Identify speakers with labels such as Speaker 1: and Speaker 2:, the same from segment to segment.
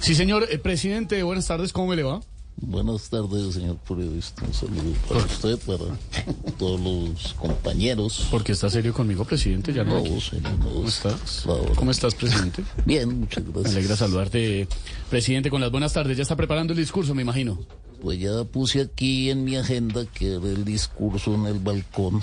Speaker 1: Sí, señor. Eh, presidente, buenas tardes. ¿Cómo me le va?
Speaker 2: Buenas tardes, señor periodista. Un saludo para usted, para todos los compañeros.
Speaker 1: ¿Por qué está serio conmigo, presidente? Ya no.
Speaker 2: No, señor, no.
Speaker 1: ¿Cómo estás?
Speaker 2: La hora.
Speaker 1: ¿Cómo estás, presidente?
Speaker 2: Bien, muchas
Speaker 1: Me
Speaker 2: gracias.
Speaker 1: alegra saludarte, presidente, con las buenas tardes. Ya está preparando el discurso, me imagino.
Speaker 2: Pues ya puse aquí en mi agenda que era el discurso en el balcón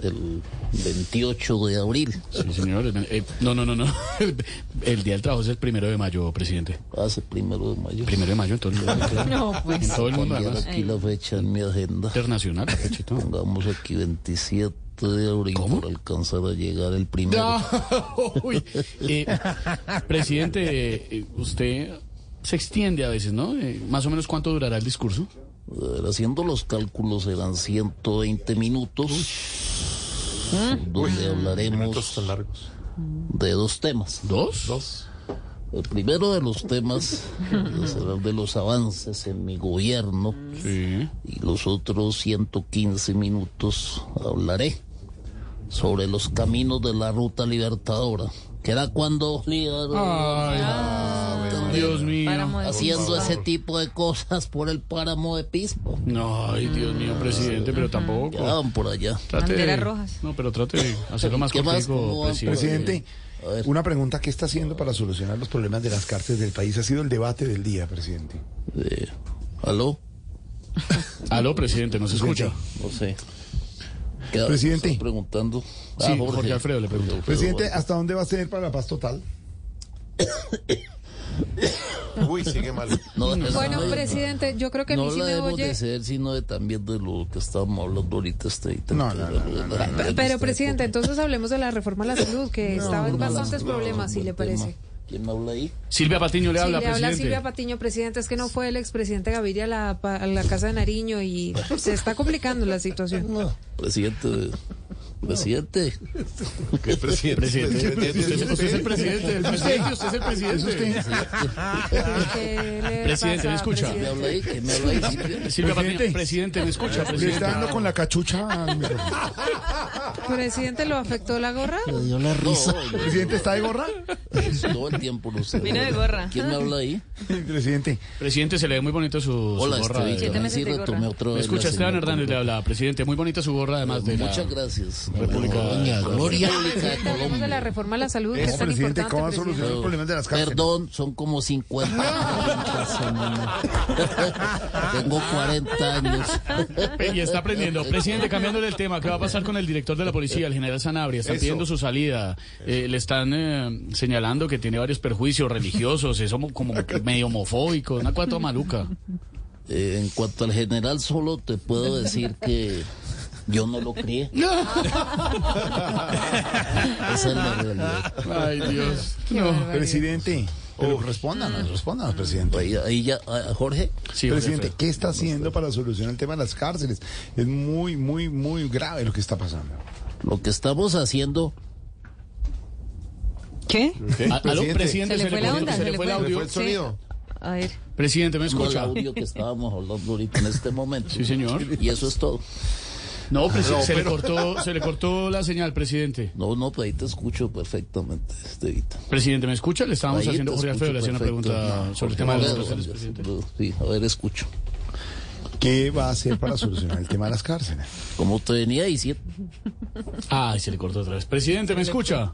Speaker 2: el 28 de abril.
Speaker 1: Sí, señor. Eh, no, no, no, no. El, el día del trabajo es el primero de mayo, presidente.
Speaker 2: Hace primero de mayo.
Speaker 1: Primero de mayo en todo el mundo.
Speaker 3: No,
Speaker 1: En
Speaker 3: pues.
Speaker 1: todo el mundo,
Speaker 2: Cambiar
Speaker 1: además.
Speaker 2: aquí la fecha en mi agenda.
Speaker 1: Internacional, la fechita.
Speaker 2: Pongamos aquí 27 de abril
Speaker 1: ¿Cómo?
Speaker 2: para alcanzar a llegar el primero.
Speaker 1: No, Ah, uy. Eh, presidente, eh, usted se extiende a veces, ¿no? Eh, más o menos cuánto durará el discurso.
Speaker 2: Eh, Haciendo los cálculos serán 120 minutos, donde hablaremos
Speaker 4: largos.
Speaker 2: de dos temas.
Speaker 1: ¿Dos?
Speaker 4: Dos.
Speaker 2: El primero de los temas eh, será el de los avances en mi gobierno
Speaker 1: Sí.
Speaker 2: y los otros 115 minutos hablaré sobre los caminos de la ruta libertadora. Queda cuando
Speaker 1: Ay, Dios mío.
Speaker 3: Páramo de
Speaker 2: haciendo
Speaker 3: Pismo.
Speaker 2: ese tipo de cosas por el páramo de Pismo.
Speaker 1: No, ay, Dios mío, presidente, pero
Speaker 2: Ya
Speaker 1: tampoco.
Speaker 2: van por allá.
Speaker 3: Banderas rojas.
Speaker 1: No, pero trate de hacerlo más
Speaker 2: ¿Qué más? ¿Cómo
Speaker 1: cortico,
Speaker 2: van,
Speaker 1: presidente.
Speaker 4: Presidente,
Speaker 2: A ver.
Speaker 4: una pregunta que está haciendo para solucionar los problemas de las cárceles del país. Ha sido el debate del día, presidente.
Speaker 2: Eh, ¿Aló?
Speaker 1: Aló, presidente, ¿nos escucha?
Speaker 2: No sé. ¿Qué
Speaker 4: Presidente.
Speaker 2: están preguntando? Ah,
Speaker 1: Sí, Jorge Alfredo le preguntó.
Speaker 4: Presidente, ¿hasta dónde va a ser para la paz total?
Speaker 5: Uy, sigue mal.
Speaker 2: No, esa
Speaker 3: Bueno,
Speaker 2: no es-
Speaker 3: presidente, yo creo que a mí
Speaker 2: No
Speaker 3: sí
Speaker 2: la
Speaker 3: me
Speaker 2: debemos
Speaker 3: oye.
Speaker 2: de ser, sino de también de lo que estábamos hablando ahorita. Este, y
Speaker 4: No, no, no,
Speaker 2: no,
Speaker 3: Pero, presidente, entonces hablemos de la reforma a la salud, que estaba en bastantes problemas, si le parece.
Speaker 2: ¿Quién habla ahí?
Speaker 1: Silvia Patiño le
Speaker 3: Sí,
Speaker 1: habla,
Speaker 3: le habla
Speaker 1: presidente.
Speaker 3: Silvia Patiño, presidente. Es que no fue el expresidente Gaviria a la, pa- a la Casa de Nariño y se está complicando la situación.
Speaker 2: No, presidente. Presidente.
Speaker 5: ¿Qué presidente?
Speaker 1: Presidente, usted, usted es el presidente del presidente, usted es el presidente. Ah,
Speaker 3: ¿Qué le
Speaker 1: Presidente,
Speaker 3: pasa,
Speaker 1: ¿me escucha?
Speaker 2: ¿Quién habla ahí? ¿Quién habla ahí?
Speaker 1: Silvia Patiño,
Speaker 4: Presidente.
Speaker 1: presidente, ¿me escucha,
Speaker 4: Le está
Speaker 1: presidente?
Speaker 4: dando con la cachucha. al micrófono.
Speaker 3: ¿Presidente, lo afectó la gorra?
Speaker 2: Me dio la risa.
Speaker 4: Presidente, ¿está de gorra?
Speaker 2: Todo el tiempo no sé.
Speaker 6: Vino de gorra.
Speaker 2: ¿Quién me habla ahí?
Speaker 4: Presidente,
Speaker 1: Presidente, se le ve muy bonito su, su
Speaker 2: Hola,
Speaker 1: Pues gorra. de-
Speaker 2: Esteban.
Speaker 6: meses
Speaker 2: Sí,
Speaker 6: de gorra.
Speaker 2: retomé otra
Speaker 1: Me
Speaker 2: vez
Speaker 1: escucha
Speaker 2: la
Speaker 1: Esteban
Speaker 2: señal.
Speaker 1: Hernández, le habla, presidente. Muy bonita su gorra, además de la-
Speaker 2: Muchas gracias.
Speaker 1: República-
Speaker 2: Doña Gloria República de
Speaker 3: Presidente, hablemos de la
Speaker 2: Colombia.
Speaker 3: reforma a la salud, que
Speaker 4: ¿cómo,
Speaker 3: es tan
Speaker 4: presidente? ¿Cómo va a
Speaker 3: importante.
Speaker 4: solucionar los problemas de las cárceles?
Speaker 2: Perdón, son como 50. Tengo 40 años.
Speaker 1: Ve, Y está aprendiendo. Presidente, cambiándole el tema, ¿qué va a pasar con el director de la policía, el general Sanabria? Están pidiendo su salida. Eh, le están eh, señalando que tiene varios perjuicios religiosos, es homo- como medio homofóbico, una cuatro maluca.
Speaker 2: Eh, en cuanto al general, solo te puedo decir que yo no lo crié. Esa es la realidad.
Speaker 1: Ay, Dios.
Speaker 3: No.
Speaker 4: presidente. Pero respóndanos, respóndanos, presidente.
Speaker 2: Ahí, ahí ya, ah, Jorge,
Speaker 1: Sí,
Speaker 4: presidente,
Speaker 1: jefe.
Speaker 4: ¿qué está haciendo para solucionar el tema de las cárceles? Es muy, muy, muy grave lo que está pasando.
Speaker 2: lo que estamos haciendo,
Speaker 6: ¿Qué?
Speaker 1: A- aló, presidente,
Speaker 6: Se le fue la onda,
Speaker 1: se le fue el
Speaker 5: ¿Me
Speaker 1: audio.
Speaker 5: fue el sonido?
Speaker 6: A ver.
Speaker 1: Presidente, ¿me
Speaker 2: no el
Speaker 1: escucha?
Speaker 2: audio que estábamos hablando ahorita en este momento.
Speaker 1: Sí, señor.
Speaker 2: Y eso es todo.
Speaker 1: No, presidente, se, le cortó, se le cortó la señal, presidente.
Speaker 2: No, no, pues ahí te escucho perfectamente, Estevita.
Speaker 1: Presidente, ¿me escucha? Le estábamos
Speaker 2: Ahí
Speaker 1: haciendo,
Speaker 2: te
Speaker 1: Jorge Alfredo le hacía
Speaker 2: escucho
Speaker 1: una
Speaker 2: perfecto.
Speaker 1: pregunta
Speaker 2: No,
Speaker 1: sobre el
Speaker 2: Jorge
Speaker 1: tema de las
Speaker 2: Alfredo,
Speaker 1: cárceles, presidente.
Speaker 2: Sí, a ver, escucho.
Speaker 4: ¿Qué va a hacer para solucionar el tema de las cárceles?
Speaker 2: Como te venía diciendo,
Speaker 1: Ay, se le cortó otra vez. Presidente, ¿me escucha?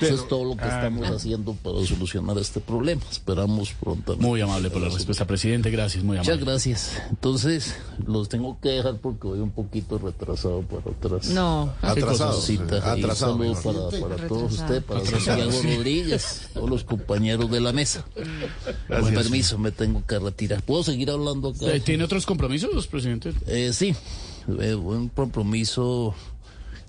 Speaker 2: eso es todo lo que estamos haciendo para solucionar este problema. Esperamos prontamente.
Speaker 1: Muy amable por la respuesta, presidente. Gracias, muy amable.
Speaker 2: Muchas gracias. Entonces, los tengo que dejar porque voy un poquito retrasado para atrás.
Speaker 6: No.
Speaker 2: Atrasado.
Speaker 5: Atrasado,
Speaker 2: Atrasado.
Speaker 5: mejor.
Speaker 2: Para, para todos ustedes, para
Speaker 1: Atrasado,
Speaker 2: Santiago Rodríguez, todos los compañeros de la mesa. Con permiso, me tengo que retirar. ¿Puedo seguir hablando acá?
Speaker 1: Eh, ¿Tiene otros compromisos, presidente?
Speaker 2: Eh, sí, Eh, un compromiso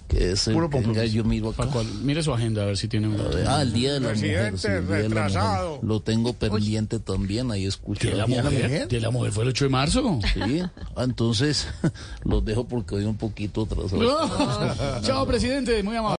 Speaker 2: que es el
Speaker 4: Puro
Speaker 2: que
Speaker 4: compromiso.
Speaker 2: venga, yo miro acá.
Speaker 1: ¿Para cuál? Mire su agenda, a ver si tiene un...
Speaker 2: A ver, Ah, el día de la mujer, sí, el día de la
Speaker 5: retrasado.
Speaker 2: mujer. Lo tengo pendiente también, ahí escucho.
Speaker 1: ¿De la
Speaker 2: la-
Speaker 1: mujer?
Speaker 4: mujer?
Speaker 1: ¿De la mujer fue el 8 de marzo?
Speaker 2: Sí, ah, entonces los dejo porque voy un poquito atrasado.
Speaker 1: Chao, presidente. Muy amable.